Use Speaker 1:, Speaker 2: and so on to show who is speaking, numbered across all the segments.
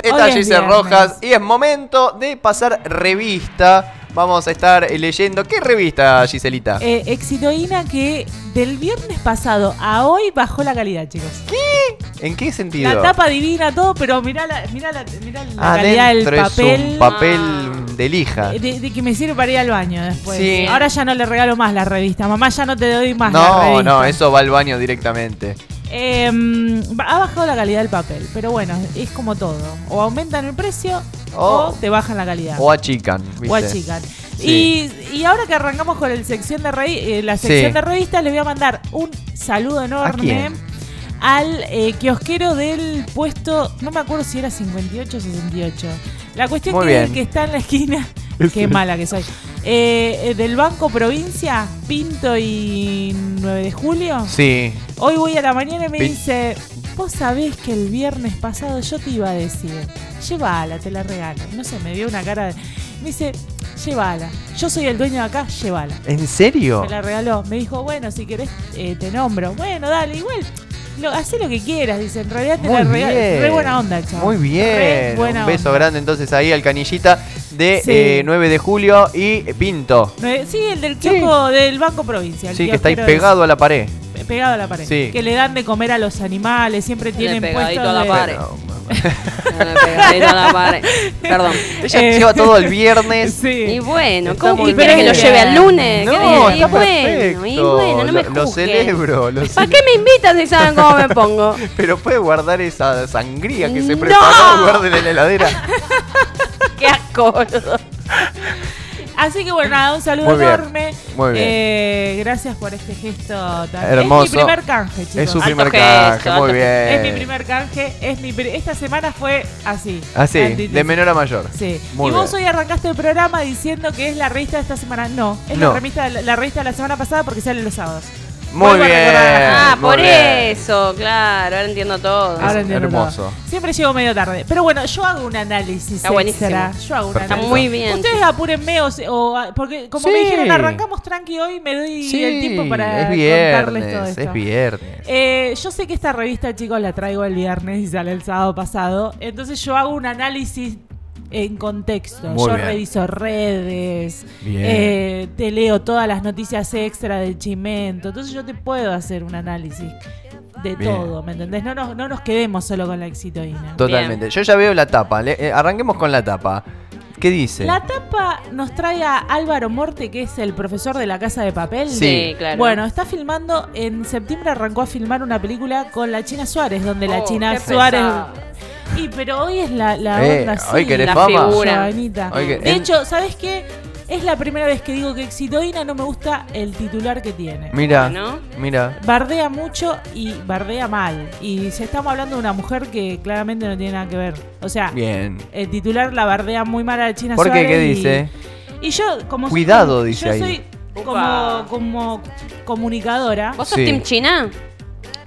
Speaker 1: está
Speaker 2: Hoy es
Speaker 1: Jason
Speaker 2: viernes.
Speaker 1: Rojas y es momento de pasar revista. Vamos a estar eh, leyendo. ¿Qué revista, Giselita?
Speaker 2: Eh, exitoína que del viernes pasado a hoy bajó la calidad, chicos.
Speaker 1: ¿En qué sentido?
Speaker 2: La tapa divina, todo, pero mirá la, mirá la, mirá la calidad del
Speaker 1: Adentro es
Speaker 2: papel. Ah. Eh,
Speaker 1: un papel de lija.
Speaker 2: De, de que me sirve para ir al baño después.
Speaker 1: Sí.
Speaker 2: Ahora ya no le regalo más la revista. Mamá, ya no te doy más la
Speaker 1: No,
Speaker 2: revista.
Speaker 1: no, eso va al baño directamente.
Speaker 2: Eh, mm, ha bajado la calidad del papel, pero bueno, es como todo. O aumentan el precio
Speaker 1: O-
Speaker 2: o te bajan la calidad.
Speaker 1: O achican. ¿viste?
Speaker 2: O achican.
Speaker 1: Sí.
Speaker 2: Y, y ahora que arrancamos con el sección de revi- eh, la sección
Speaker 1: Sí.
Speaker 2: de revistas, les voy a mandar un saludo enorme
Speaker 1: quién?
Speaker 2: al eh, kiosquero del puesto, no me acuerdo si era 58 o 68. La cuestión
Speaker 1: Muy
Speaker 2: que,
Speaker 1: bien.
Speaker 2: que está en la esquina, qué mala que soy, Eh, eh, del Banco Provincia, Pinto y 9 de julio.
Speaker 1: Sí.
Speaker 2: Hoy voy a la mañana y me
Speaker 1: Pin-
Speaker 2: dice, vos sabés que el viernes pasado yo te iba a decir, llévala, te la regalo. No sé, me vio una cara de... Me dice, llévala, yo soy el dueño de acá, llévala.
Speaker 1: ¿En serio?
Speaker 2: Me la regaló. Me dijo, bueno, si querés eh, te nombro. Bueno, dale, igual. Lo, hacé lo que quieras, dice. En realidad te
Speaker 1: Muy
Speaker 2: la regalo.
Speaker 1: bien.
Speaker 2: Re buena onda, chaval.
Speaker 1: Muy bien.
Speaker 2: Re buena
Speaker 1: Un beso
Speaker 2: onda.
Speaker 1: grande entonces ahí al canillita de
Speaker 2: Sí.
Speaker 1: eh, 9 de julio y Pinto.
Speaker 2: No, eh, Sí, el del kiosco del Banco Provincia. el
Speaker 1: Sí, que está ahí
Speaker 2: kiosquero ese.
Speaker 1: pegado a la pared.
Speaker 2: Pe- pegado a la pared.
Speaker 1: Sí.
Speaker 2: Que le dan de comer a los animales, siempre tienen
Speaker 3: pegadito
Speaker 2: puestos
Speaker 3: a la
Speaker 2: de-
Speaker 3: pared.
Speaker 1: Bueno,
Speaker 3: Pegadito a la pared. Perdón.
Speaker 1: ella
Speaker 2: Eh.
Speaker 1: lleva todo el viernes.
Speaker 2: Sí.
Speaker 3: Y bueno,
Speaker 1: Está
Speaker 3: ¿cómo
Speaker 1: muy
Speaker 3: que querés que
Speaker 2: bien.
Speaker 3: lo lleve al lunes?
Speaker 1: No,
Speaker 3: ¿Querés? y
Speaker 1: está
Speaker 3: bueno, y
Speaker 1: perfecto.
Speaker 3: bueno, no me
Speaker 1: lo, lo
Speaker 3: juzguen.
Speaker 1: celebro, lo
Speaker 3: ¿Para
Speaker 1: celebro.
Speaker 3: qué me invitan si saben cómo me pongo?
Speaker 1: Pero puede guardar esa sangría que se
Speaker 3: No.
Speaker 1: preparó, guarde en la heladera.
Speaker 3: Qué asco, boludo.
Speaker 2: Así que bueno, nada, un saludo
Speaker 1: Muy bien,
Speaker 2: enorme.
Speaker 1: muy bien.
Speaker 2: Eh, gracias por este gesto tan
Speaker 1: Hermoso.
Speaker 2: Es mi primer canje, chicos. Ah,
Speaker 1: Es eh, su
Speaker 3: Alto
Speaker 1: primer
Speaker 3: gesto,
Speaker 1: canje, muy
Speaker 3: alto-
Speaker 1: bien.
Speaker 2: Es mi primer canje. Es mi pri- Esta semana fue así.
Speaker 1: Así,
Speaker 2: Antitis-
Speaker 1: Ah, de menor a mayor.
Speaker 2: Sí.
Speaker 1: Muy
Speaker 2: y vos
Speaker 1: bien.
Speaker 2: hoy arrancaste el programa diciendo que es la revista de esta semana. No, es
Speaker 1: No.
Speaker 2: La, revista de la, la revista de la semana pasada porque sale los sábados.
Speaker 1: Muy
Speaker 2: Vuelvo a
Speaker 1: bien.
Speaker 2: recordar.
Speaker 3: Ah,
Speaker 1: muy
Speaker 3: por
Speaker 1: bien.
Speaker 3: eso, claro, ahora entiendo todo.
Speaker 1: Es
Speaker 2: Ahora entiendo todo.
Speaker 1: hermoso.
Speaker 2: Siempre llego medio tarde. Pero bueno, yo hago un análisis
Speaker 3: Está buenísimo.
Speaker 2: extra. Yo hago un
Speaker 1: Perfecto.
Speaker 3: Está
Speaker 2: análisis.
Speaker 3: muy bien.
Speaker 2: Ustedes apúrenme o, se- o- ah, porque como
Speaker 1: Sí.
Speaker 2: me dijeron arrancamos tranqui hoy me doy el tiempo para
Speaker 1: es
Speaker 2: contarles todo
Speaker 1: viernes,
Speaker 2: esto.
Speaker 1: es viernes.
Speaker 2: Eh, yo sé que esta revista, chicos, la traigo el viernes y sale el sábado pasado. Entonces yo hago un análisis en contexto.
Speaker 1: Muy
Speaker 2: yo
Speaker 1: bien.
Speaker 2: reviso redes,
Speaker 1: Bien.
Speaker 2: eh, te leo todas las noticias extra de Chimento. Entonces yo te puedo hacer un análisis de
Speaker 1: Bien.
Speaker 2: todo, ¿me entendés? No nos, no nos quedemos solo con la exitoína.
Speaker 1: Totalmente. Yo ya veo la tapa. le- eh, arranquemos con la tapa. ¿Qué dice?
Speaker 2: La tapa nos trae a Álvaro Morte, que es el profesor de la Casa de Papel.
Speaker 1: Sí.
Speaker 3: Sí, claro.
Speaker 2: Bueno, está filmando, en septiembre arrancó a filmar una película con la China Suárez, donde la
Speaker 3: Oh,
Speaker 2: China
Speaker 3: qué
Speaker 2: Suárez...
Speaker 3: pesada.
Speaker 2: Y pero hoy es la, la
Speaker 1: Eh,
Speaker 2: onda, sí,
Speaker 1: hoy querés
Speaker 3: la
Speaker 1: fama.
Speaker 3: figura.
Speaker 2: Joanita.
Speaker 1: Hoy que-
Speaker 2: De
Speaker 1: en-
Speaker 2: hecho, ¿sabes qué? Es la primera vez que digo que Exitoína no me gusta el titular que tiene.
Speaker 1: Mira,
Speaker 3: ¿No?
Speaker 1: mira.
Speaker 2: Bardea mucho y bardea mal. Y si estamos hablando de una mujer que claramente no tiene nada que ver. O sea,
Speaker 1: Bien.
Speaker 2: el titular la bardea muy mal a la China
Speaker 1: ¿Por qué?
Speaker 2: Suárez
Speaker 1: ¿Qué
Speaker 2: y-
Speaker 1: dice?
Speaker 2: y yo, como
Speaker 1: Cuidado,
Speaker 2: yo
Speaker 1: dice
Speaker 2: soy
Speaker 1: ahí.
Speaker 2: como,
Speaker 3: Upa.
Speaker 2: como comunicadora,
Speaker 3: ¿Vos sos
Speaker 1: Sí.
Speaker 3: Team China?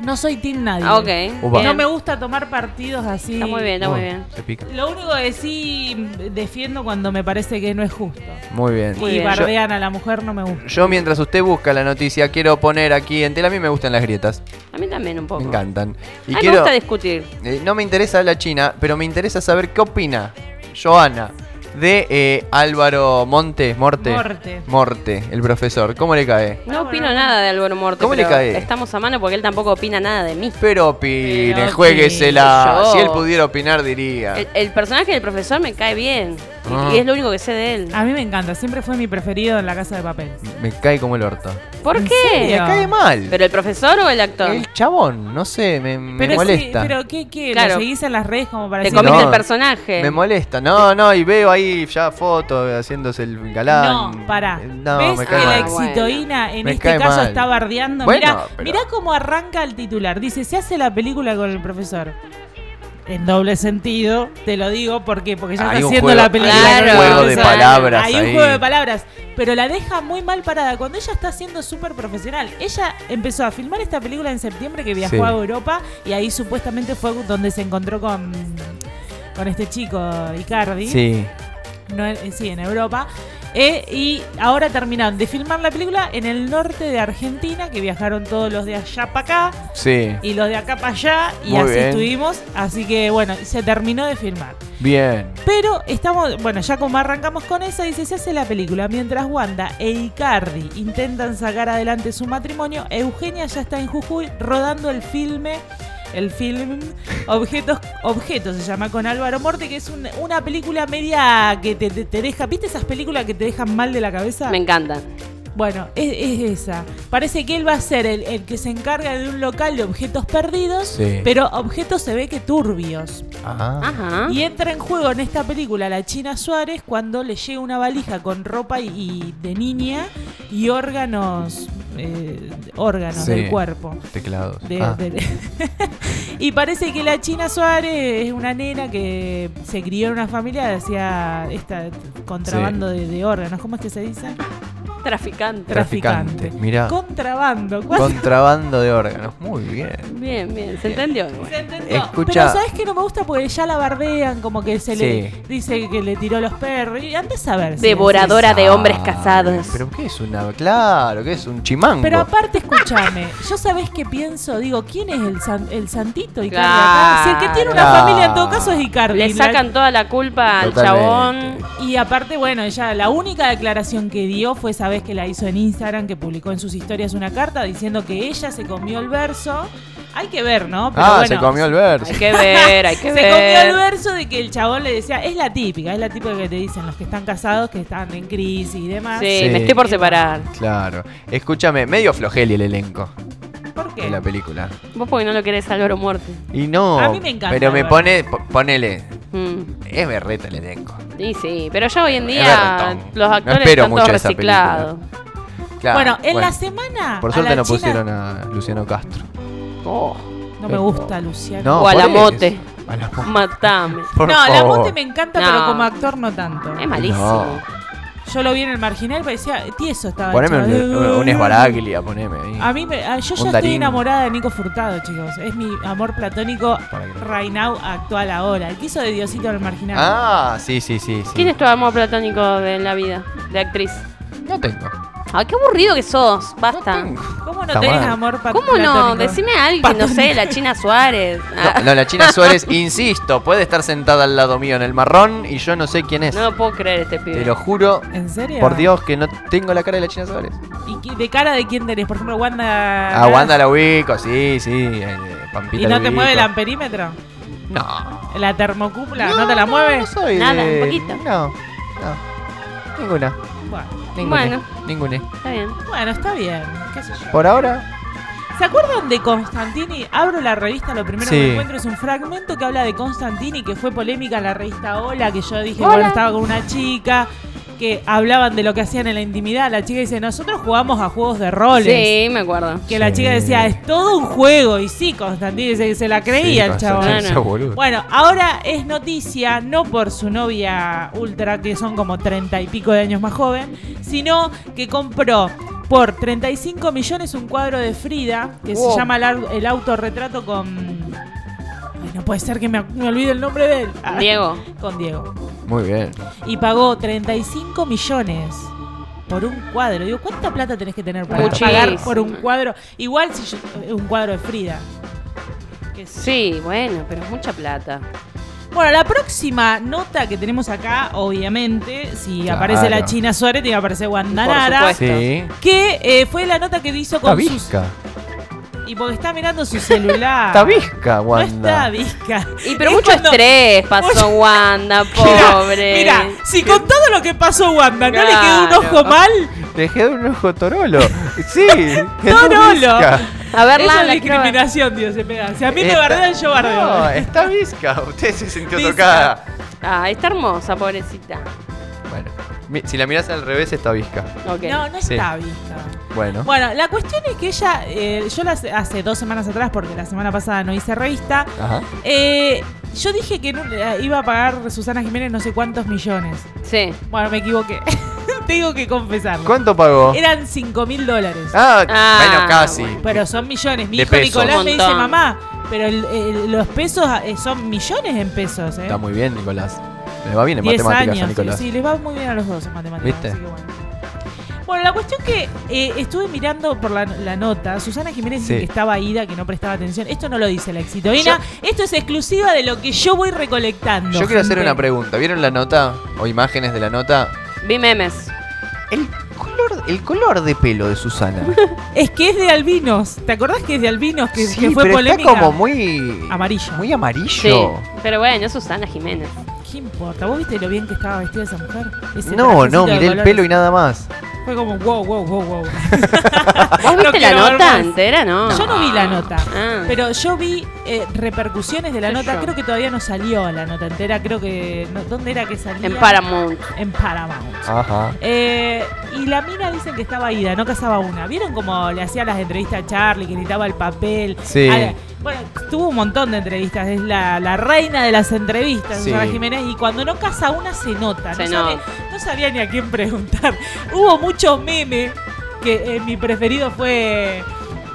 Speaker 2: no soy team nadie.
Speaker 3: Ah, ok.
Speaker 1: Upa.
Speaker 3: Bien.
Speaker 2: No me gusta tomar partidos así.
Speaker 3: Está muy bien, está muy
Speaker 1: Oh,
Speaker 3: bien.
Speaker 1: Se pica.
Speaker 2: Lo único que sí defiendo cuando me parece que no es justo.
Speaker 1: Muy bien.
Speaker 3: Muy
Speaker 2: y
Speaker 3: bien.
Speaker 2: bardean a la mujer, no me gusta.
Speaker 1: Yo mientras usted busca la noticia, quiero poner aquí en tela. A mí me gustan las grietas.
Speaker 3: A mí también un poco.
Speaker 1: Me encantan. Y
Speaker 3: a mí me
Speaker 1: quiero.
Speaker 3: gusta discutir.
Speaker 1: eh, no me interesa la China, pero me interesa saber qué opina Joana de eh, Álvaro Montes, Morte.
Speaker 2: Morte.
Speaker 1: Morte, el profesor. ¿Cómo le cae?
Speaker 3: No opino nada de Álvaro Morte.
Speaker 1: ¿Cómo le
Speaker 3: pero
Speaker 1: cae?
Speaker 3: Estamos a mano porque él tampoco opina nada de mí.
Speaker 1: Pero opine,
Speaker 2: Pero
Speaker 1: jueguesela.
Speaker 3: opine. Eh.
Speaker 1: Si él pudiera opinar, diría.
Speaker 3: El, el personaje del profesor me cae bien. Y-
Speaker 1: Ah.
Speaker 3: Y es lo único que sé de él.
Speaker 2: A mí me encanta, siempre fue mi preferido en la casa de papel.
Speaker 1: Me cae como el orto.
Speaker 3: ¿Por
Speaker 2: ¿en
Speaker 1: Me
Speaker 3: qué?
Speaker 2: serio? No.
Speaker 1: cae mal.
Speaker 3: ¿Pero el profesor o el actor?
Speaker 1: el chabón, no sé, me, me
Speaker 2: Pero, sí,
Speaker 1: molesta.
Speaker 2: pero ¿qué, qué?
Speaker 3: Claro.
Speaker 2: ¿Lo seguís en las redes como para
Speaker 3: Te
Speaker 2: decir,
Speaker 3: comiste
Speaker 1: No.
Speaker 3: el personaje.
Speaker 1: Me molesta. No, no, y veo ahí ya fotos haciéndose el galán. Eh,
Speaker 2: No, pará.
Speaker 1: No,
Speaker 2: ¿Ves
Speaker 1: me
Speaker 2: que la
Speaker 1: cae mal.
Speaker 3: ex-
Speaker 2: exitoína en
Speaker 1: Me
Speaker 2: este
Speaker 1: cae
Speaker 2: caso
Speaker 1: mal.
Speaker 2: está bardeando?
Speaker 1: Bueno,
Speaker 2: mirá,
Speaker 1: pero-
Speaker 2: mirá cómo arranca el titular. Dice, se hace la película con el profesor. En doble sentido, te lo digo, ¿por qué? Porque ya
Speaker 1: Hay
Speaker 2: está
Speaker 1: un
Speaker 2: haciendo
Speaker 1: juego-
Speaker 2: la película.
Speaker 3: hay un
Speaker 2: con el
Speaker 3: juego de
Speaker 2: profesor.
Speaker 1: palabras
Speaker 2: Hay un
Speaker 1: ahí.
Speaker 2: juego de palabras. Pero la deja muy mal parada cuando ella está siendo súper profesional. Ella empezó a filmar esta película en septiembre que viajó
Speaker 1: Sí.
Speaker 2: a Europa y ahí supuestamente fue donde se encontró con, con este chico, Icardi
Speaker 1: Sí.
Speaker 2: no, eh, en- sí, en Europa. Eh, y ahora terminaron de filmar la película en el norte de Argentina, que viajaron todos los de allá para acá
Speaker 1: Sí.
Speaker 2: y los de acá para allá, y
Speaker 1: Muy
Speaker 2: así
Speaker 1: bien.
Speaker 2: estuvimos. Así que bueno, se terminó de filmar.
Speaker 1: Bien.
Speaker 2: Pero estamos, bueno, ya como arrancamos con esa, dice, se hace la película. Mientras Wanda e Icardi intentan sacar adelante su matrimonio, Eugenia ya está en Jujuy rodando el filme, el film Objetos, Objetos se llama con Álvaro Morte, que es un- una película media que te, te- te deja, ¿viste esas películas que te dejan mal de la cabeza?
Speaker 3: Me encanta.
Speaker 2: Bueno, es, es esa. Parece que él va a ser el, el que se encarga de un local de objetos perdidos,
Speaker 1: Sí.
Speaker 2: pero objetos se ve que turbios.
Speaker 1: Ah.
Speaker 3: Ajá.
Speaker 2: Y entra en juego en esta película la China Suárez cuando le llega una valija con ropa y, y de niña y órganos, eh, órganos
Speaker 1: Sí.
Speaker 2: del cuerpo.
Speaker 1: Teclados.
Speaker 2: De-
Speaker 1: Ah.
Speaker 2: de- y parece que la China Suárez es una nena que se crió en una familia que hacía esta contrabando de, de órganos. ¿Cómo es que se dice?
Speaker 3: Traficante.
Speaker 1: Traficante. Mirá.
Speaker 2: Contrabando. ¿Cuál-
Speaker 1: Contrabando de órganos. Muy bien.
Speaker 3: Bien, bien. ¿Se entendió?
Speaker 2: se entendió?
Speaker 1: Escucha.
Speaker 2: Pero sabes que no me gusta porque ya la bardean, como que se le
Speaker 1: Sí.
Speaker 2: dice que le tiró los perros. Y antes a ver. si-
Speaker 3: Devorador. Hora de hombres
Speaker 1: Sabe.
Speaker 3: casados.
Speaker 1: Ah, Pero ¿qué es una? Claro, ¿qué es un chimango?
Speaker 2: Pero aparte, escúchame, yo sabés que pienso, digo, ¿quién es el, san- el santito Icardi acá? Si el que tiene una
Speaker 1: Claro.
Speaker 2: familia en todo caso es Icardi.
Speaker 3: Le
Speaker 2: Y la-
Speaker 3: sacan toda la culpa al
Speaker 1: Totalmente.
Speaker 3: chabón.
Speaker 2: Y aparte, bueno, ella la única declaración que dio fue esa vez que la hizo en Instagram, que publicó en sus historias una carta diciendo que ella se comió el verso. Hay que ver, ¿no? Pero
Speaker 1: ah,
Speaker 2: bueno,
Speaker 1: se comió el verso.
Speaker 3: Hay que ver, hay que
Speaker 2: se
Speaker 3: ver.
Speaker 2: comió el verso de que el chabón le decía, es la típica, es la típica que te dicen los que están casados, que están en crisis y demás.
Speaker 3: Sí,
Speaker 1: Sí.
Speaker 3: me estoy por separar.
Speaker 1: Claro. Escúchame, medio flojeli el elenco
Speaker 2: ¿Por qué?
Speaker 1: de la película.
Speaker 3: Vos porque no lo querés Álvaro Morte.
Speaker 1: Y no.
Speaker 2: A mí me encanta,
Speaker 1: Pero me
Speaker 2: Álvaro.
Speaker 1: pone. po- Ponele.
Speaker 3: Mm.
Speaker 1: Es berreta el elenco.
Speaker 3: Y sí, pero ya hoy en
Speaker 1: Es
Speaker 3: día
Speaker 1: berretón.
Speaker 3: los
Speaker 1: No
Speaker 3: actores
Speaker 1: espero
Speaker 3: están todos
Speaker 1: mucho de esa
Speaker 3: reciclados.
Speaker 1: Claro.
Speaker 2: bueno, en la semana.
Speaker 1: Ah, Por
Speaker 2: a
Speaker 1: suerte
Speaker 2: la
Speaker 1: no
Speaker 2: China-
Speaker 1: pusieron a Luciano Castro.
Speaker 3: Oh,
Speaker 2: No me gusta Luciano.
Speaker 1: No,
Speaker 3: O a
Speaker 1: por
Speaker 3: la
Speaker 1: eso.
Speaker 3: mote.
Speaker 1: A la mote.
Speaker 3: matame.
Speaker 1: Por
Speaker 2: no, la
Speaker 1: favor.
Speaker 2: Monte me encanta,
Speaker 3: No. Em.
Speaker 2: pero como actor no tanto.
Speaker 3: Es malísimo.
Speaker 1: No.
Speaker 2: Yo lo vi en el marginal y parecía tieso estaba.
Speaker 1: Poneme
Speaker 2: el
Speaker 1: un,
Speaker 2: chaval.
Speaker 1: un Esbaraglia, poneme ahí.
Speaker 2: A mí, me- a- yo ya
Speaker 1: Un
Speaker 2: estoy
Speaker 1: Darín.
Speaker 2: enamorada de Nico Furtado, chicos. Es mi amor platónico
Speaker 1: Para que-
Speaker 2: right now, actual ahora. El que hizo de Diosito en el marginal.
Speaker 1: Ah, sí, sí, sí. sí.
Speaker 3: ¿Quién es tu amor platónico de la vida? De actriz.
Speaker 1: No tengo.
Speaker 3: Ay, qué aburrido que sos.
Speaker 1: No
Speaker 2: Ah.
Speaker 3: Basta.
Speaker 1: tengo.
Speaker 2: ¿Cómo no
Speaker 1: Está
Speaker 2: tenés
Speaker 1: mal.
Speaker 2: amor pat-
Speaker 3: ¿Cómo no?
Speaker 2: platónico?
Speaker 3: Decime a alguien, no sé, la China Suárez. Ah,
Speaker 1: No, no, la China Suárez, insisto, puede estar sentada al lado mío en el marrón y yo no sé quién es.
Speaker 3: no lo puedo creer este
Speaker 1: Te
Speaker 3: pibe.
Speaker 1: lo juro,
Speaker 2: ¿En serio?
Speaker 1: por Dios, que no tengo la cara de la China Suárez.
Speaker 2: ¿Y qué- de cara de quién tenés? Por ejemplo, Wanda.
Speaker 1: A Ah, Wanda la ubico, sí, sí. eh, Pampita
Speaker 2: ¿Y
Speaker 1: la
Speaker 2: no te
Speaker 1: ubico.
Speaker 2: mueve el amperímetro?
Speaker 1: No.
Speaker 2: ¿La termocupla? ¿No, te la mueve?
Speaker 1: No soy
Speaker 3: Nada,
Speaker 1: de-
Speaker 3: un poquito.
Speaker 1: No, no. Ninguna.
Speaker 2: Bueno,
Speaker 1: Ninguna.
Speaker 3: Bueno.
Speaker 1: Ninguna.
Speaker 3: Está bien.
Speaker 2: bueno, está bien. ¿Qué sé yo?
Speaker 1: Por ahora,
Speaker 2: ¿Se acuerdan de Constantini? Abro la revista, lo primero
Speaker 1: Sí.
Speaker 2: que encuentro es un fragmento que habla de Constantini, que fue polémica en la revista Hola, que yo dije,
Speaker 3: Hola.
Speaker 2: bueno, estaba con una chica, que hablaban de lo que hacían en la intimidad. La chica dice, nosotros jugamos a juegos de roles.
Speaker 3: Sí, me acuerdo.
Speaker 2: Que la
Speaker 1: Sí.
Speaker 2: chica decía, es todo un juego. Y sí, Constantini dice que se la creía
Speaker 1: Sí,
Speaker 2: el chabón.
Speaker 1: Constantini,
Speaker 3: Bueno.
Speaker 1: boludo.
Speaker 2: Bueno, ahora es noticia, no por su novia ultra, que son como treinta y pico de años más joven, sino que compró por 35 millones un cuadro de Frida, que
Speaker 3: Wow.
Speaker 2: se llama el, au- el autorretrato con... Ay, no puede ser que me, ac- me olvide el nombre de él. Ah,
Speaker 3: Diego.
Speaker 2: Con Diego.
Speaker 1: Muy bien.
Speaker 2: Y pagó 35 millones por un cuadro. Digo, ¿cuánta plata tenés que tener para
Speaker 1: Muchísimo.
Speaker 2: pagar por un cuadro? Igual si yo- un cuadro de Frida. Que sí.
Speaker 3: Sí, bueno, pero es mucha plata.
Speaker 2: Bueno, la próxima nota que tenemos acá, obviamente, si
Speaker 1: Claro.
Speaker 2: aparece la China Suárez, te iba a aparecer Guandanara.
Speaker 3: Por supuesto.
Speaker 1: Sí.
Speaker 2: Que eh, fue la nota que hizo
Speaker 1: Está
Speaker 2: con sus.
Speaker 1: visca.
Speaker 2: Y porque está mirando su celular.
Speaker 1: Está visca,
Speaker 2: No
Speaker 1: Wanda.
Speaker 2: está visca.
Speaker 3: Y pero
Speaker 2: Es
Speaker 3: mucho
Speaker 2: cuando-
Speaker 3: estrés pasó Wanda,
Speaker 2: Mira,
Speaker 3: pobre.
Speaker 2: Mira, si con todo lo que pasó Wanda no le quedó un
Speaker 3: Eh, Claro.
Speaker 2: ojo mal,
Speaker 1: Dejé un ojo torolo. Sí. quedó
Speaker 2: Torolo.
Speaker 1: bizca.
Speaker 3: A
Speaker 2: esa
Speaker 3: ver,
Speaker 2: es
Speaker 3: Lana, creo-
Speaker 2: discriminación, Dios, se pega. Si a mí me
Speaker 1: Está-
Speaker 2: bardean, yo bardeo.
Speaker 1: No, está visca. Usted se sintió
Speaker 2: Bizca.
Speaker 1: tocada.
Speaker 3: Ah, está hermosa, pobrecita.
Speaker 1: Bueno, mi- si la miras al revés está visca.
Speaker 3: Ok.
Speaker 2: No, no
Speaker 1: Sí.
Speaker 2: está visca.
Speaker 1: Bueno.
Speaker 2: Bueno, la cuestión es que ella, eh, yo la hace, hace dos semanas atrás, porque la semana pasada no hice revista,
Speaker 1: Ajá.
Speaker 2: Eh, yo dije que en un- eh, iba a pagar Susana Jiménez no sé cuántos millones.
Speaker 3: Sí.
Speaker 2: Bueno, me equivoqué. Tengo que confesarlo.
Speaker 1: ¿Cuánto pagó?
Speaker 2: Eran 5 mil dólares.
Speaker 1: Ah,
Speaker 3: Ah,
Speaker 1: bueno, casi.
Speaker 3: bueno.
Speaker 2: Pero son millones. Mi
Speaker 1: De
Speaker 2: hijo
Speaker 1: pesos.
Speaker 2: Nicolás me
Speaker 3: Un
Speaker 2: dice,
Speaker 3: montón.
Speaker 2: mamá, pero el- el- los pesos eh, son millones en pesos. ¿eh?
Speaker 1: Está muy bien, Nicolás. Le va bien en
Speaker 2: 10
Speaker 1: matemáticas a
Speaker 2: años.
Speaker 1: Nicolás.
Speaker 2: Sí, les va muy bien a los dos en matemáticas.
Speaker 1: ¿Viste?
Speaker 2: así que bueno. Bueno, la cuestión que eh, estuve mirando por la, la nota, Susana Jiménez dice
Speaker 1: Sí.
Speaker 2: que estaba ida, que no prestaba atención. Esto no lo dice la exitoína, esto es exclusiva de lo que yo voy recolectando.
Speaker 1: Yo quiero hacer
Speaker 2: gente.
Speaker 1: una pregunta. ¿Vieron la nota o imágenes de la nota?
Speaker 3: Vi memes.
Speaker 1: El color, el color de pelo de Susana.
Speaker 2: Es que es de Albinos, ¿te acordás que es de Albinos? Que,
Speaker 1: Sí,
Speaker 2: que fue
Speaker 1: pero
Speaker 2: polémica.
Speaker 1: está como muy
Speaker 2: Amarillo.
Speaker 1: muy
Speaker 3: Sí.
Speaker 1: amarillo.
Speaker 3: Pero bueno, es Susana Jiménez.
Speaker 2: ¿Qué importa? ¿Vos viste lo bien que estaba vestida esa mujer? Ese
Speaker 1: No,
Speaker 2: trajecito
Speaker 1: no,
Speaker 2: de
Speaker 1: miré el
Speaker 2: colores.
Speaker 1: pelo y nada más.
Speaker 2: Fue como wow, wow, wow, wow.
Speaker 3: ¿Vos viste la
Speaker 2: quiero ver
Speaker 3: nota
Speaker 2: más.
Speaker 3: entera? No.
Speaker 2: Yo no vi la nota.
Speaker 3: Ah.
Speaker 2: Pero yo vi eh, repercusiones de la
Speaker 3: Yo,
Speaker 2: nota,
Speaker 3: yo.
Speaker 2: creo que todavía no salió la nota entera, creo que... no- ¿Dónde era que salía?
Speaker 3: En Paramount.
Speaker 2: En Paramount.
Speaker 1: Ajá.
Speaker 2: Eh, y la mina dicen que estaba ida, no cazaba una. ¿Vieron cómo le hacía las entrevistas a Charlie, que gritaba el papel?
Speaker 1: Sí.
Speaker 2: A la- bueno, tuvo un montón de entrevistas, es la, la reina de las entrevistas,
Speaker 1: Sí.
Speaker 2: Susana Jiménez, y cuando no caza una se nota,
Speaker 3: Se
Speaker 2: no, sabe-
Speaker 3: nota.
Speaker 2: no sabía ni a quién preguntar. Hubo mucho meme, que eh, mi preferido fue...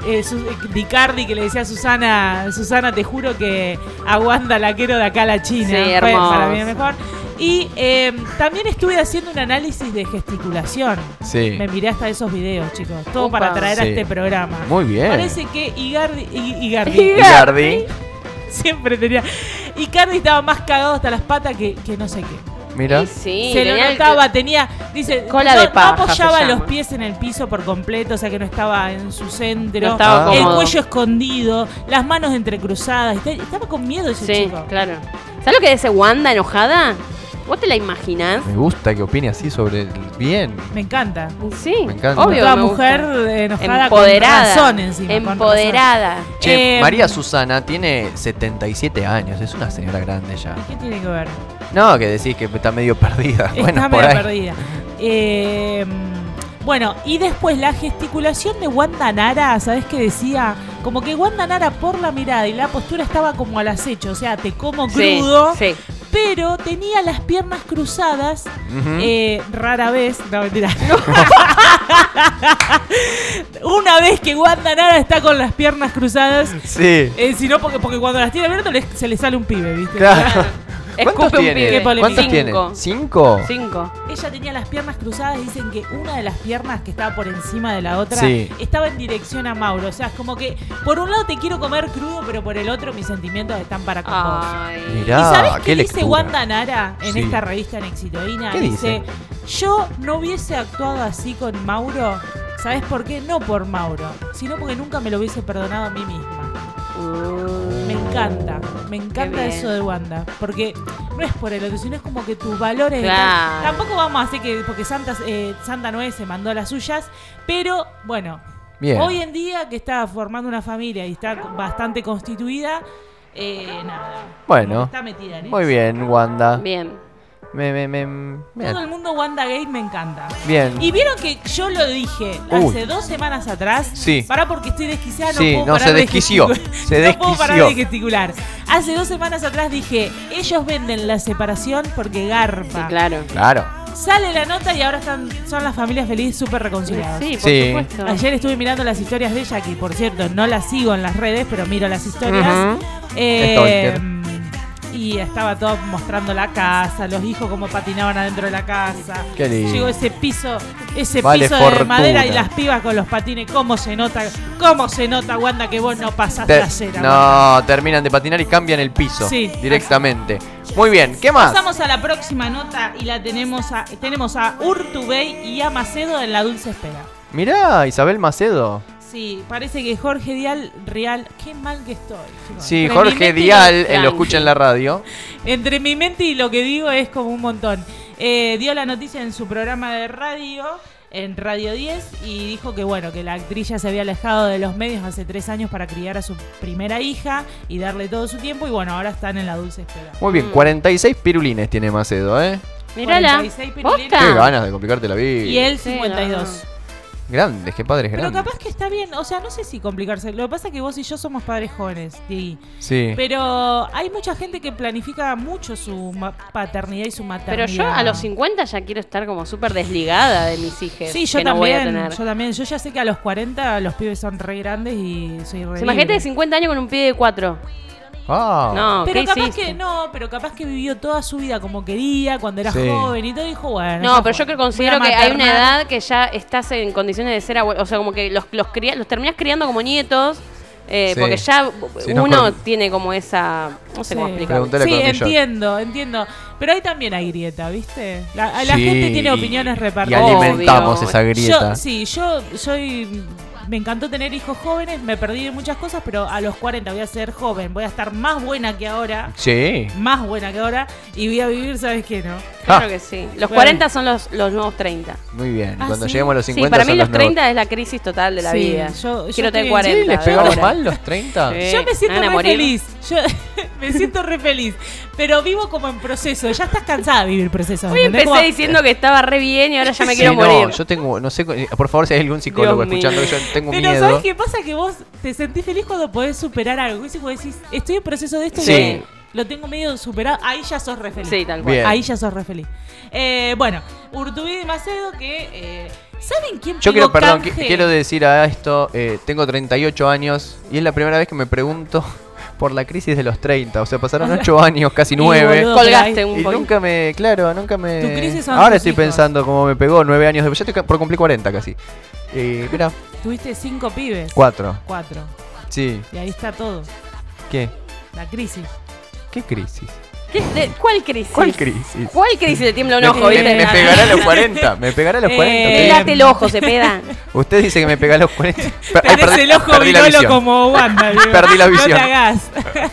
Speaker 2: eh, Su- Dicardi que le decía a Susana, Susana, te juro que a Wanda la quiero de acá a la China.
Speaker 3: Sí,
Speaker 2: Fue
Speaker 3: hermoso.
Speaker 2: para mí el mejor. Y eh, también estuve haciendo un análisis de gesticulación.
Speaker 1: Sí.
Speaker 2: Me miré hasta esos videos, chicos. Todo
Speaker 3: Opa.
Speaker 2: para traer a
Speaker 1: Sí.
Speaker 2: este programa.
Speaker 1: Muy bien.
Speaker 2: Parece que Igardi, I- Igardi
Speaker 1: Eh. Igardi.
Speaker 2: siempre tenía. Icardi estaba más cagado hasta las patas que, que no sé qué.
Speaker 1: Mira.
Speaker 3: Sí, sí,
Speaker 2: se
Speaker 3: tenía
Speaker 2: le
Speaker 3: el-
Speaker 2: notaba, tenía. Dice,
Speaker 3: Cola
Speaker 2: no,
Speaker 3: de
Speaker 2: no
Speaker 3: paja
Speaker 2: apoyaba
Speaker 3: se llama.
Speaker 2: los pies en el piso por completo, o sea que no estaba en su centro.
Speaker 3: No estaba
Speaker 1: Ah.
Speaker 2: el
Speaker 3: cómodo.
Speaker 2: cuello escondido, las manos entrecruzadas. Está- Estaba con miedo ese
Speaker 3: Sí,
Speaker 2: chico.
Speaker 3: claro. ¿Sabes lo que dice Wanda enojada? ¿Vos te la imaginás?
Speaker 1: Me gusta que opine así sobre el bien.
Speaker 2: Me encanta.
Speaker 3: Sí,
Speaker 1: Me encanta.
Speaker 3: obvio.
Speaker 2: Toda
Speaker 3: me gusta.
Speaker 2: mujer eh, enojada
Speaker 3: empoderada.
Speaker 2: con razón encima, con
Speaker 3: empoderada.
Speaker 1: Che,
Speaker 2: Eh,
Speaker 1: María Susana tiene 77 años, es una señora grande ya.
Speaker 2: razón. ¿Y ¿Qué tiene que ver?
Speaker 1: No, que decís que está medio perdida.
Speaker 2: Está
Speaker 1: bueno, por
Speaker 2: medio
Speaker 1: ahí.
Speaker 2: perdida. Eh, bueno, y después la gesticulación de Wanda Nara, ¿sabés qué decía? Como que Wanda Nara por la mirada y la postura estaba como al acecho, o sea, te como
Speaker 3: Sí,
Speaker 2: crudo,
Speaker 3: sí.
Speaker 2: pero tenía las piernas cruzadas
Speaker 1: Ujú.
Speaker 2: eh, rara vez, no mentira. Una vez que Wanda Nara está con las piernas cruzadas,
Speaker 1: sí.
Speaker 2: eh, sino porque, porque cuando las tiene abiertas le- se le sale un pibe, ¿viste?
Speaker 1: Claro.
Speaker 3: Escupe un
Speaker 1: ¿Cuántos
Speaker 3: pibe.
Speaker 1: tiene?
Speaker 2: Qué polémica.
Speaker 1: ¿Cuántos tiene?
Speaker 3: Cinco.
Speaker 1: ¿Cinco?
Speaker 3: Cinco.
Speaker 2: Ella tenía las piernas cruzadas, dicen que una de las piernas que estaba por encima de la otra
Speaker 1: Sí.
Speaker 2: estaba en dirección a Mauro. O sea, es como que por un lado te quiero comer crudo, pero por el otro mis sentimientos están para con vos.
Speaker 3: Ay.
Speaker 1: Mirá.
Speaker 2: ¿Y sabes
Speaker 1: Ah,
Speaker 2: qué,
Speaker 1: qué
Speaker 2: dice
Speaker 1: lectura.
Speaker 2: Wanda Nara en
Speaker 1: Sí.
Speaker 2: esta revista en Exitoína?
Speaker 1: ¿Qué dice?
Speaker 2: yo no hubiese actuado así con Mauro, ¿sabes por qué? No por Mauro, sino porque nunca me lo hubiese perdonado a mí misma. Me encanta, me encanta
Speaker 3: bien.
Speaker 2: eso de Wanda, porque no es por el otro, sino es como que tus valores...
Speaker 3: Claro.
Speaker 2: Tampoco vamos a hacer que, porque Santa, eh, Santa Noé se mandó las suyas, pero bueno,
Speaker 1: Bien.
Speaker 2: Hoy en día que está formando una familia y está bastante constituida, eh, nada.
Speaker 1: Bueno.
Speaker 2: como que Está metida en
Speaker 1: Muy
Speaker 2: eso.
Speaker 1: bien, Wanda.
Speaker 3: Bien.
Speaker 1: Me, me, me-
Speaker 2: Todo el
Speaker 1: bien.
Speaker 2: mundo Wanda Gate me encanta.
Speaker 1: Bien.
Speaker 2: Y vieron que yo lo dije
Speaker 1: Uy.
Speaker 2: hace dos semanas atrás.
Speaker 1: Sí.
Speaker 2: Pará porque estoy desquiciada, no
Speaker 1: Sí,
Speaker 2: puedo
Speaker 1: no,
Speaker 2: parar
Speaker 1: se
Speaker 2: de
Speaker 1: desquició,
Speaker 2: gesticular.
Speaker 1: se
Speaker 2: No puedo parar de
Speaker 1: desquició.
Speaker 2: gesticular. Hace dos semanas atrás dije, ellos venden la separación porque
Speaker 3: Sí,
Speaker 2: garpa.
Speaker 3: claro.
Speaker 1: Claro.
Speaker 2: Sale la nota y ahora están, son las familias felices súper reconciliadas.
Speaker 3: Sí, por
Speaker 1: Sí.
Speaker 3: supuesto.
Speaker 2: Ayer estuve mirando las historias de ella, que por cierto no las sigo en las redes, pero miro las historias.
Speaker 3: Ujú.
Speaker 2: Eh, y estaba todo mostrando la casa, los hijos cómo patinaban adentro de la casa.
Speaker 1: Qué lindo.
Speaker 2: Llegó ese piso, ese
Speaker 1: Vale
Speaker 2: piso de
Speaker 1: fortuna.
Speaker 2: madera y las pibas con los patines. ¿Cómo se nota, cómo se nota, Wanda, que vos no pasás
Speaker 1: Te-
Speaker 2: trasera? Wanda?
Speaker 1: no, terminan de patinar y cambian el piso.
Speaker 2: Sí.
Speaker 1: Directamente. Muy bien, ¿qué más?
Speaker 2: Pasamos a la próxima nota y la tenemos a, tenemos a Urtubey y a Macedo en la dulce espera.
Speaker 1: Mirá, Isabel Macedo.
Speaker 2: Sí, parece que Jorge Dial Real, qué mal que estoy. chicos.
Speaker 1: Sí,
Speaker 2: Entre mi
Speaker 1: Jorge
Speaker 2: mente y lo-
Speaker 1: Dial, eh,
Speaker 3: Tranqui.
Speaker 1: lo escucha en la radio.
Speaker 2: entre mi mente y lo que digo es como un montón. Eh, dio la noticia en su programa de radio, en Radio 10, y dijo que bueno, que la actriz ya se había alejado de los medios hace tres años para criar a su primera hija y darle todo su tiempo, y bueno, ahora están en la dulce espera.
Speaker 1: Muy bien, 46 pirulines tiene Macedo, ¿eh?
Speaker 3: Mírala.
Speaker 2: 46
Speaker 3: Posta.
Speaker 2: Ah.
Speaker 1: Qué ganas de complicarte la vida.
Speaker 2: Y él
Speaker 3: Sí,
Speaker 2: 52.
Speaker 1: Grandes, qué padres
Speaker 2: Pero
Speaker 1: grandes.
Speaker 2: capaz que está bien, o sea, no sé si complicarse. Lo que pasa es que vos y yo somos padres jóvenes, Diego.
Speaker 1: Sí.
Speaker 2: Pero hay mucha gente que planifica mucho su ma- paternidad y su maternidad.
Speaker 3: Pero yo a los 50 ya quiero estar como súper desligada de mis hijos.
Speaker 2: Sí, yo también,
Speaker 3: que no voy a tener.
Speaker 2: yo también. Yo ya sé que a los 40 los pibes son re grandes y soy re
Speaker 3: Imagínate de
Speaker 2: libre.
Speaker 3: 50 años con un pibe de 4.
Speaker 1: Ah.
Speaker 3: No,
Speaker 2: Pero
Speaker 3: ¿qué
Speaker 2: capaz
Speaker 3: hiciste?
Speaker 2: que no, pero capaz que vivió toda su vida como quería, cuando era
Speaker 1: Sí.
Speaker 2: joven y todo, y dijo, bueno.
Speaker 3: No,
Speaker 2: ya
Speaker 3: pero
Speaker 2: fue.
Speaker 3: yo que considero
Speaker 2: Voy a
Speaker 3: que hay una
Speaker 2: maternar.
Speaker 3: edad que ya estás en condiciones de ser abuelo. O sea, como que los, los, cría- los terminás criando como nietos. eh,
Speaker 1: Sí.
Speaker 3: Porque ya
Speaker 1: Sí, no,
Speaker 3: uno
Speaker 1: con-
Speaker 3: tiene como esa. No sé cómo
Speaker 2: Sí.
Speaker 3: explicarlo.
Speaker 1: Preguntale a
Speaker 2: Sí,
Speaker 1: Cornillot.
Speaker 2: entiendo, entiendo. Pero ahí también hay grieta, ¿viste? La, a Ah, la
Speaker 1: Sí,
Speaker 2: gente tiene
Speaker 1: y-
Speaker 2: opiniones
Speaker 1: Y
Speaker 2: repartidas.
Speaker 1: alimentamos
Speaker 3: Obvio.
Speaker 1: esa grieta.
Speaker 2: Yo, sí, yo soy. Me encantó tener hijos jóvenes, me perdí de muchas cosas, pero a los 40 voy a ser joven, voy a estar más buena que ahora,
Speaker 1: Sí.
Speaker 2: más buena que ahora, y voy a vivir, ¿sabes qué? No.
Speaker 1: Ah.
Speaker 3: Claro que sí. Los
Speaker 2: Bueno.
Speaker 3: 40 son los, los nuevos 30.
Speaker 1: Muy bien.
Speaker 2: Ah,
Speaker 1: Cuando
Speaker 2: sí.
Speaker 1: lleguemos a los 50
Speaker 3: sí, para mí
Speaker 1: son
Speaker 3: los
Speaker 1: los nuevos.
Speaker 3: 30 es la crisis total de la
Speaker 2: Sí,
Speaker 3: vida.
Speaker 2: yo- yo
Speaker 3: Quiero
Speaker 2: estoy
Speaker 3: tener
Speaker 2: en-
Speaker 3: 40.
Speaker 1: ¿Sí? ¿Les
Speaker 3: de
Speaker 1: pegaron
Speaker 3: ahora.
Speaker 1: mal los 30?
Speaker 3: Sí.
Speaker 2: Yo me siento
Speaker 3: Eh, van a
Speaker 2: re
Speaker 3: morir.
Speaker 2: feliz. Yo me siento re feliz. Pero vivo como en proceso. Ya estás cansada de vivir procesos.
Speaker 3: Hoy
Speaker 2: ¿entendés?
Speaker 3: empecé
Speaker 2: Como-
Speaker 3: diciendo que estaba re bien y ahora ya me
Speaker 1: Sí,
Speaker 3: quiero
Speaker 1: no,
Speaker 3: morir.
Speaker 1: yo tengo, no sé, por favor, si hay algún psicólogo
Speaker 3: Dios mío.
Speaker 1: escuchando, que yo tengo
Speaker 2: Pero
Speaker 1: miedo.
Speaker 2: ¿sabes qué pasa? Que vos te sentís feliz cuando podés superar algo. Y si vos decís, estoy en proceso de esto
Speaker 1: Sí.
Speaker 2: y lo tengo medio superado, ahí ya sos re feliz.
Speaker 3: Sí, tal cual.
Speaker 1: Bien.
Speaker 2: Ahí ya sos re feliz. Eh, bueno, Urtubide y Macedo que... eh, ¿Saben quién
Speaker 1: Yo
Speaker 2: pidió
Speaker 1: quiero, perdón, qui-
Speaker 2: canje?
Speaker 1: quiero decir a esto, eh, tengo 38 años y es la primera vez que me pregunto por la crisis de los 30. O sea, pasaron 8 años, casi
Speaker 2: Y,
Speaker 1: 9.
Speaker 2: boludo,
Speaker 3: Colgaste
Speaker 2: pero
Speaker 3: un
Speaker 1: Y
Speaker 3: poquito.
Speaker 1: nunca me, claro, nunca me...
Speaker 2: Tu crisis son
Speaker 1: Ahora
Speaker 2: tus
Speaker 1: estoy
Speaker 2: hijos.
Speaker 1: pensando cómo me pegó 9 años después. Ya estoy ca- por cumplir 40 casi. Eh, mira,
Speaker 2: Tuviste cinco pibes.
Speaker 1: 4.
Speaker 2: Cuatro.
Speaker 1: Sí.
Speaker 2: Y ahí está todo.
Speaker 1: ¿Qué?
Speaker 2: La crisis.
Speaker 1: ¿Qué crisis?
Speaker 3: ¿Qué- de- ¿Cuál crisis?
Speaker 1: ¿Cuál crisis?
Speaker 3: ¿Cuál crisis le tiembla un
Speaker 1: Me-
Speaker 3: ojo?
Speaker 1: me,
Speaker 3: viste?
Speaker 1: me pegará a los 40, me pegará a los
Speaker 2: Eh,
Speaker 1: 40.
Speaker 2: Eh,
Speaker 1: ustedes-
Speaker 3: Pelate el ojo, se peda.
Speaker 1: Usted dice que me pega a los 40. Per- ay,
Speaker 2: Tenés el ojo
Speaker 1: perdí la
Speaker 2: virolo
Speaker 1: visión.
Speaker 2: como Wanda. digo.
Speaker 1: Perdí la
Speaker 2: No
Speaker 1: visión.
Speaker 2: te hagas.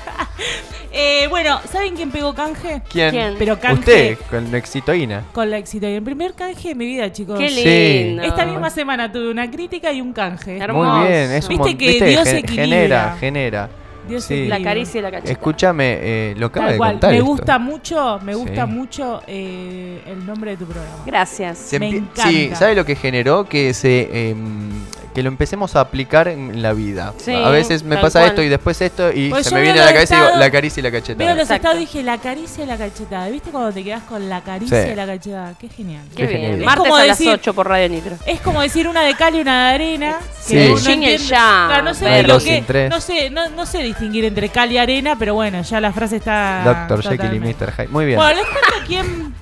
Speaker 2: Eh, bueno, ¿saben quién pegó canje?
Speaker 1: ¿Quién?
Speaker 3: ¿Quién?
Speaker 2: Pero canje
Speaker 1: Usted, con exitoína.
Speaker 2: con la éxito. Y el primer canje de mi vida, chicos.
Speaker 3: Qué
Speaker 1: Sí.
Speaker 3: lindo.
Speaker 2: Esta misma semana tuve una crítica y un canje.
Speaker 3: Hermoso.
Speaker 1: Muy bien, es un
Speaker 2: Viste
Speaker 1: mon-
Speaker 2: que Dios
Speaker 1: gen-
Speaker 2: equilibra.
Speaker 1: Genera, genera.
Speaker 2: Dios
Speaker 1: Sí.
Speaker 2: equilibra.
Speaker 3: La caricia y la cacheta.
Speaker 1: Escúchame, eh, lo acaba
Speaker 2: Tal
Speaker 1: de
Speaker 2: cual.
Speaker 1: contar.
Speaker 2: Me
Speaker 1: esto.
Speaker 2: gusta mucho, me gusta
Speaker 1: Sí.
Speaker 2: mucho eh, el nombre de tu programa.
Speaker 3: Gracias.
Speaker 1: Se
Speaker 2: me
Speaker 1: empie-
Speaker 2: encanta.
Speaker 1: Sí, ¿sabe lo que generó? Que se eh, mm, que lo empecemos a aplicar en la vida.
Speaker 3: Sí,
Speaker 1: a veces me
Speaker 3: tal
Speaker 1: pasa
Speaker 3: cual.
Speaker 1: esto y después esto y
Speaker 2: Pues
Speaker 1: se
Speaker 2: yo
Speaker 1: me
Speaker 2: veo
Speaker 1: viene a
Speaker 2: lo
Speaker 1: la
Speaker 2: de
Speaker 1: cabeza y digo,
Speaker 2: estado-
Speaker 1: la caricia y la cacheta.
Speaker 2: Veo los
Speaker 3: Exacto.
Speaker 2: estados y dije la caricia y la cachetada. ¿Viste cuando te quedas con la caricia
Speaker 1: Sí.
Speaker 2: y la cachetada? Qué genial.
Speaker 1: Qué
Speaker 3: Qué bien.
Speaker 1: genial.
Speaker 3: Martes
Speaker 2: Es como
Speaker 3: a las
Speaker 2: decir-
Speaker 3: 8 por Radio Nitro.
Speaker 2: Es como decir una de cal y una de arena.
Speaker 1: Sí.
Speaker 2: que
Speaker 1: El
Speaker 2: uno
Speaker 3: yin y el
Speaker 2: entiende-
Speaker 3: yang.
Speaker 2: Claro, no sé,
Speaker 1: Hay
Speaker 2: de lo
Speaker 1: dos
Speaker 2: que-
Speaker 1: sin tres.
Speaker 2: no sé, no, no sé distinguir entre cal y arena, pero bueno, ya la frase está.
Speaker 3: Ah,
Speaker 1: Doctor Jekyll y
Speaker 2: totalmente.
Speaker 1: Mr. Hyde. Muy bien.
Speaker 2: Bueno, les cuento quién.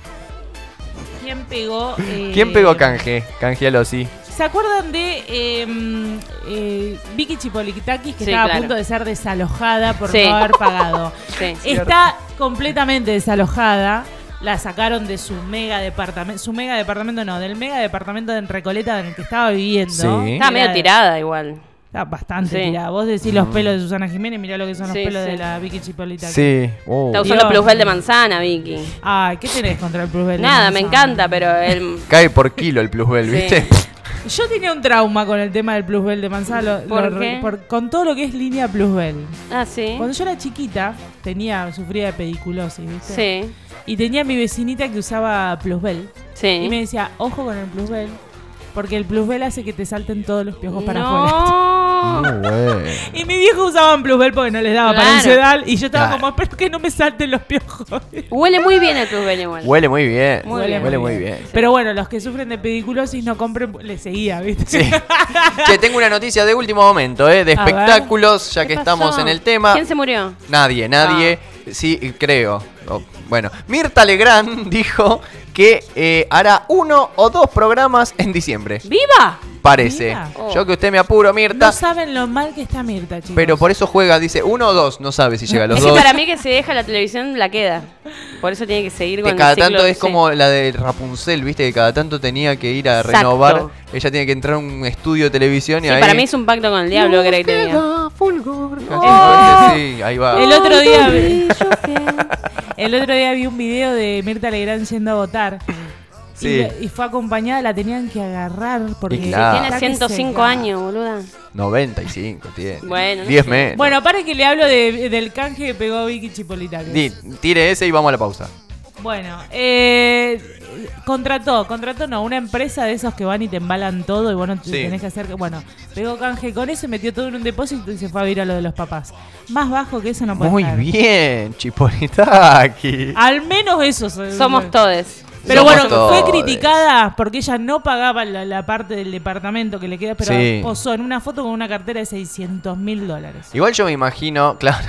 Speaker 2: ¿Quién pegó? eh,
Speaker 1: ¿Quién pegó canje? Canjealo, sí.
Speaker 2: ¿Se acuerdan de eh, eh, Vicky Chipolitakis que
Speaker 3: Sí,
Speaker 2: estaba a
Speaker 3: claro.
Speaker 2: punto de ser desalojada por
Speaker 3: Sí.
Speaker 2: no haber pagado?
Speaker 3: Sí.
Speaker 2: Está completamente desalojada. La sacaron de su mega departamento. Su mega departamento no, del mega departamento en Recoleta en el que estaba viviendo.
Speaker 1: Sí.
Speaker 3: Estaba medio
Speaker 2: Era-
Speaker 3: tirada igual.
Speaker 2: Está bastante
Speaker 3: Sí.
Speaker 2: tirada. Vos decís los pelos de Susana Jiménez, mirá lo que son los
Speaker 3: Sí,
Speaker 2: pelos
Speaker 3: sí.
Speaker 2: de la Vicky Chipolitakis.
Speaker 1: Mm. Sí. Oh.
Speaker 3: Está usando
Speaker 2: Dios.
Speaker 3: plusbel de manzana, Vicky.
Speaker 2: Ay, ¿qué tenés contra el Bruce Belén?
Speaker 3: Nada, me
Speaker 2: Gonzalo?
Speaker 3: encanta, pero el.
Speaker 1: Cae por kilo el plusbel,
Speaker 3: Sí.
Speaker 1: ¿viste?
Speaker 2: Yo tenía un trauma con el tema del plusbel de Manzalo.
Speaker 3: ¿Por
Speaker 2: Lo-
Speaker 3: qué?
Speaker 2: por- con todo lo que es línea plusbel.
Speaker 3: Ah, sí.
Speaker 2: Cuando yo era chiquita, tenía, sufría de pediculosis, ¿viste?
Speaker 3: Sí.
Speaker 2: Y tenía mi vecinita que usaba plusbel. Y me
Speaker 3: Sí.
Speaker 2: decía, ojo con el plusbel, porque el plusbel hace que te salten todos los piojos para afuera.
Speaker 3: No.
Speaker 1: Muy bueno.
Speaker 2: Y mi viejo usaban plusbel porque no les daba para un
Speaker 3: Claro.
Speaker 2: sedal. Y yo estaba
Speaker 1: Claro.
Speaker 2: como, espero que no me salten los piojos.
Speaker 3: Huele muy bien el plusbel igual.
Speaker 1: Huele muy bien.
Speaker 3: Muy bien.
Speaker 1: Huele muy bien.
Speaker 2: Pero bueno, los que sufren de pediculosis no compren, le seguía, ¿viste?
Speaker 1: Sí. Che, tengo una noticia de último momento, ¿eh? De
Speaker 2: A ver.
Speaker 1: espectáculos, ya
Speaker 3: ¿Qué
Speaker 1: que
Speaker 3: pasó?
Speaker 1: estamos en el tema.
Speaker 3: ¿Quién se murió? Ah.
Speaker 1: Nadie, nadie. Sí, creo. O, bueno, Mirta Legrand dijo que eh, hará uno o dos programas en diciembre.
Speaker 3: ¡Viva!
Speaker 1: Parece.
Speaker 2: Mira.
Speaker 1: Yo que usted me apuro, Mirta.
Speaker 2: No saben lo mal que está Mirta, chicos.
Speaker 1: pero por eso juega, dice uno o dos. No sabe si llega a los
Speaker 3: es
Speaker 1: dos.
Speaker 3: que para mí que se deja la televisión la queda. Por eso tiene que seguir
Speaker 1: Que
Speaker 3: con el
Speaker 1: cada
Speaker 3: ciclo,
Speaker 1: tanto es
Speaker 3: sí.
Speaker 1: como la de Rapunzel, viste, que cada tanto tenía que ir a
Speaker 3: Exacto.
Speaker 1: renovar. Ella tiene que entrar a un estudio de televisión y
Speaker 3: Sí,
Speaker 1: ahí.
Speaker 3: para mí es un pacto con el diablo,
Speaker 1: No
Speaker 3: creo que te diga.
Speaker 1: pega fulgor.
Speaker 3: Oh.
Speaker 1: Sí, ahí va.
Speaker 2: El otro día-
Speaker 3: día.
Speaker 2: El otro día vi un video de Mirta Legrand yendo a votar.
Speaker 1: Sí.
Speaker 2: Y, lo- y fue acompañada, la tenían que agarrar porque
Speaker 1: Y claro.
Speaker 3: Tiene
Speaker 2: Está que
Speaker 3: 105
Speaker 2: se-
Speaker 3: años, boluda.
Speaker 1: 95 tiene.
Speaker 3: Bueno, no
Speaker 1: 10
Speaker 3: sé.
Speaker 1: menos.
Speaker 2: Bueno, para que le hablo de- del canje que pegó Vicky Chipolitano.
Speaker 1: Di- tire ese y vamos a la pausa.
Speaker 2: Bueno, eh, contrató, contrató no, una empresa de esos que van y te embalan todo y vos no te
Speaker 1: Sí.
Speaker 2: tenés que hacer. que- Bueno, pegó canje con eso y metió todo en un depósito y se fue a vivir a lo de los papás. Más bajo que eso no puede
Speaker 1: Muy
Speaker 2: estar.
Speaker 1: bien, Chipolitaki.
Speaker 3: Ah,
Speaker 2: Al menos eso. se-
Speaker 3: Somos todes.
Speaker 2: Pero
Speaker 1: Somos
Speaker 2: bueno, fue
Speaker 1: todes.
Speaker 2: criticada porque ella no pagaba la, la parte del departamento que le queda, pero
Speaker 1: Sí.
Speaker 2: posó en una foto con una cartera de 600 mil dólares.
Speaker 1: Igual yo me imagino, claro.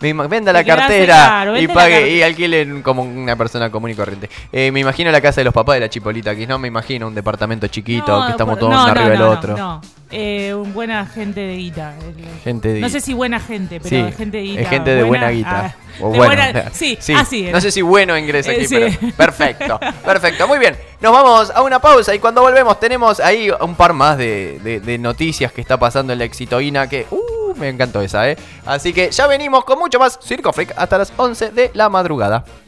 Speaker 1: Me ima- venda la
Speaker 2: Te quedás
Speaker 1: cartera
Speaker 2: claro,
Speaker 1: y
Speaker 2: vende la
Speaker 1: pague
Speaker 2: cartera.
Speaker 1: y alquilen como una persona común y corriente. Eh, me imagino la casa de los papás de la Chipolita aquí, no me imagino un departamento chiquito que estamos
Speaker 2: por-
Speaker 1: todos
Speaker 2: no,
Speaker 1: uno
Speaker 2: no,
Speaker 1: arriba
Speaker 2: no,
Speaker 1: del
Speaker 2: no,
Speaker 1: otro.
Speaker 2: No, Eh, un buena gente de guita. El-
Speaker 1: Gente de
Speaker 2: No
Speaker 1: guita.
Speaker 2: sé si buena gente,
Speaker 1: Sí,
Speaker 2: pero gente de guita.
Speaker 1: es gente de buena guita.
Speaker 2: ah,
Speaker 1: o
Speaker 2: de
Speaker 1: bueno,
Speaker 2: buena- sí, así es.
Speaker 1: No sé si bueno ingresa
Speaker 2: Eh,
Speaker 1: aquí,
Speaker 2: sí.
Speaker 1: pero perfecto, perfecto. Muy bien, nos vamos a una pausa y cuando volvemos tenemos ahí un par más de, de- de noticias que está pasando en la exitoína que... Uh, me encantó esa, ¿eh? Así que ya venimos con mucho más Circo Freak hasta las 11 de la madrugada.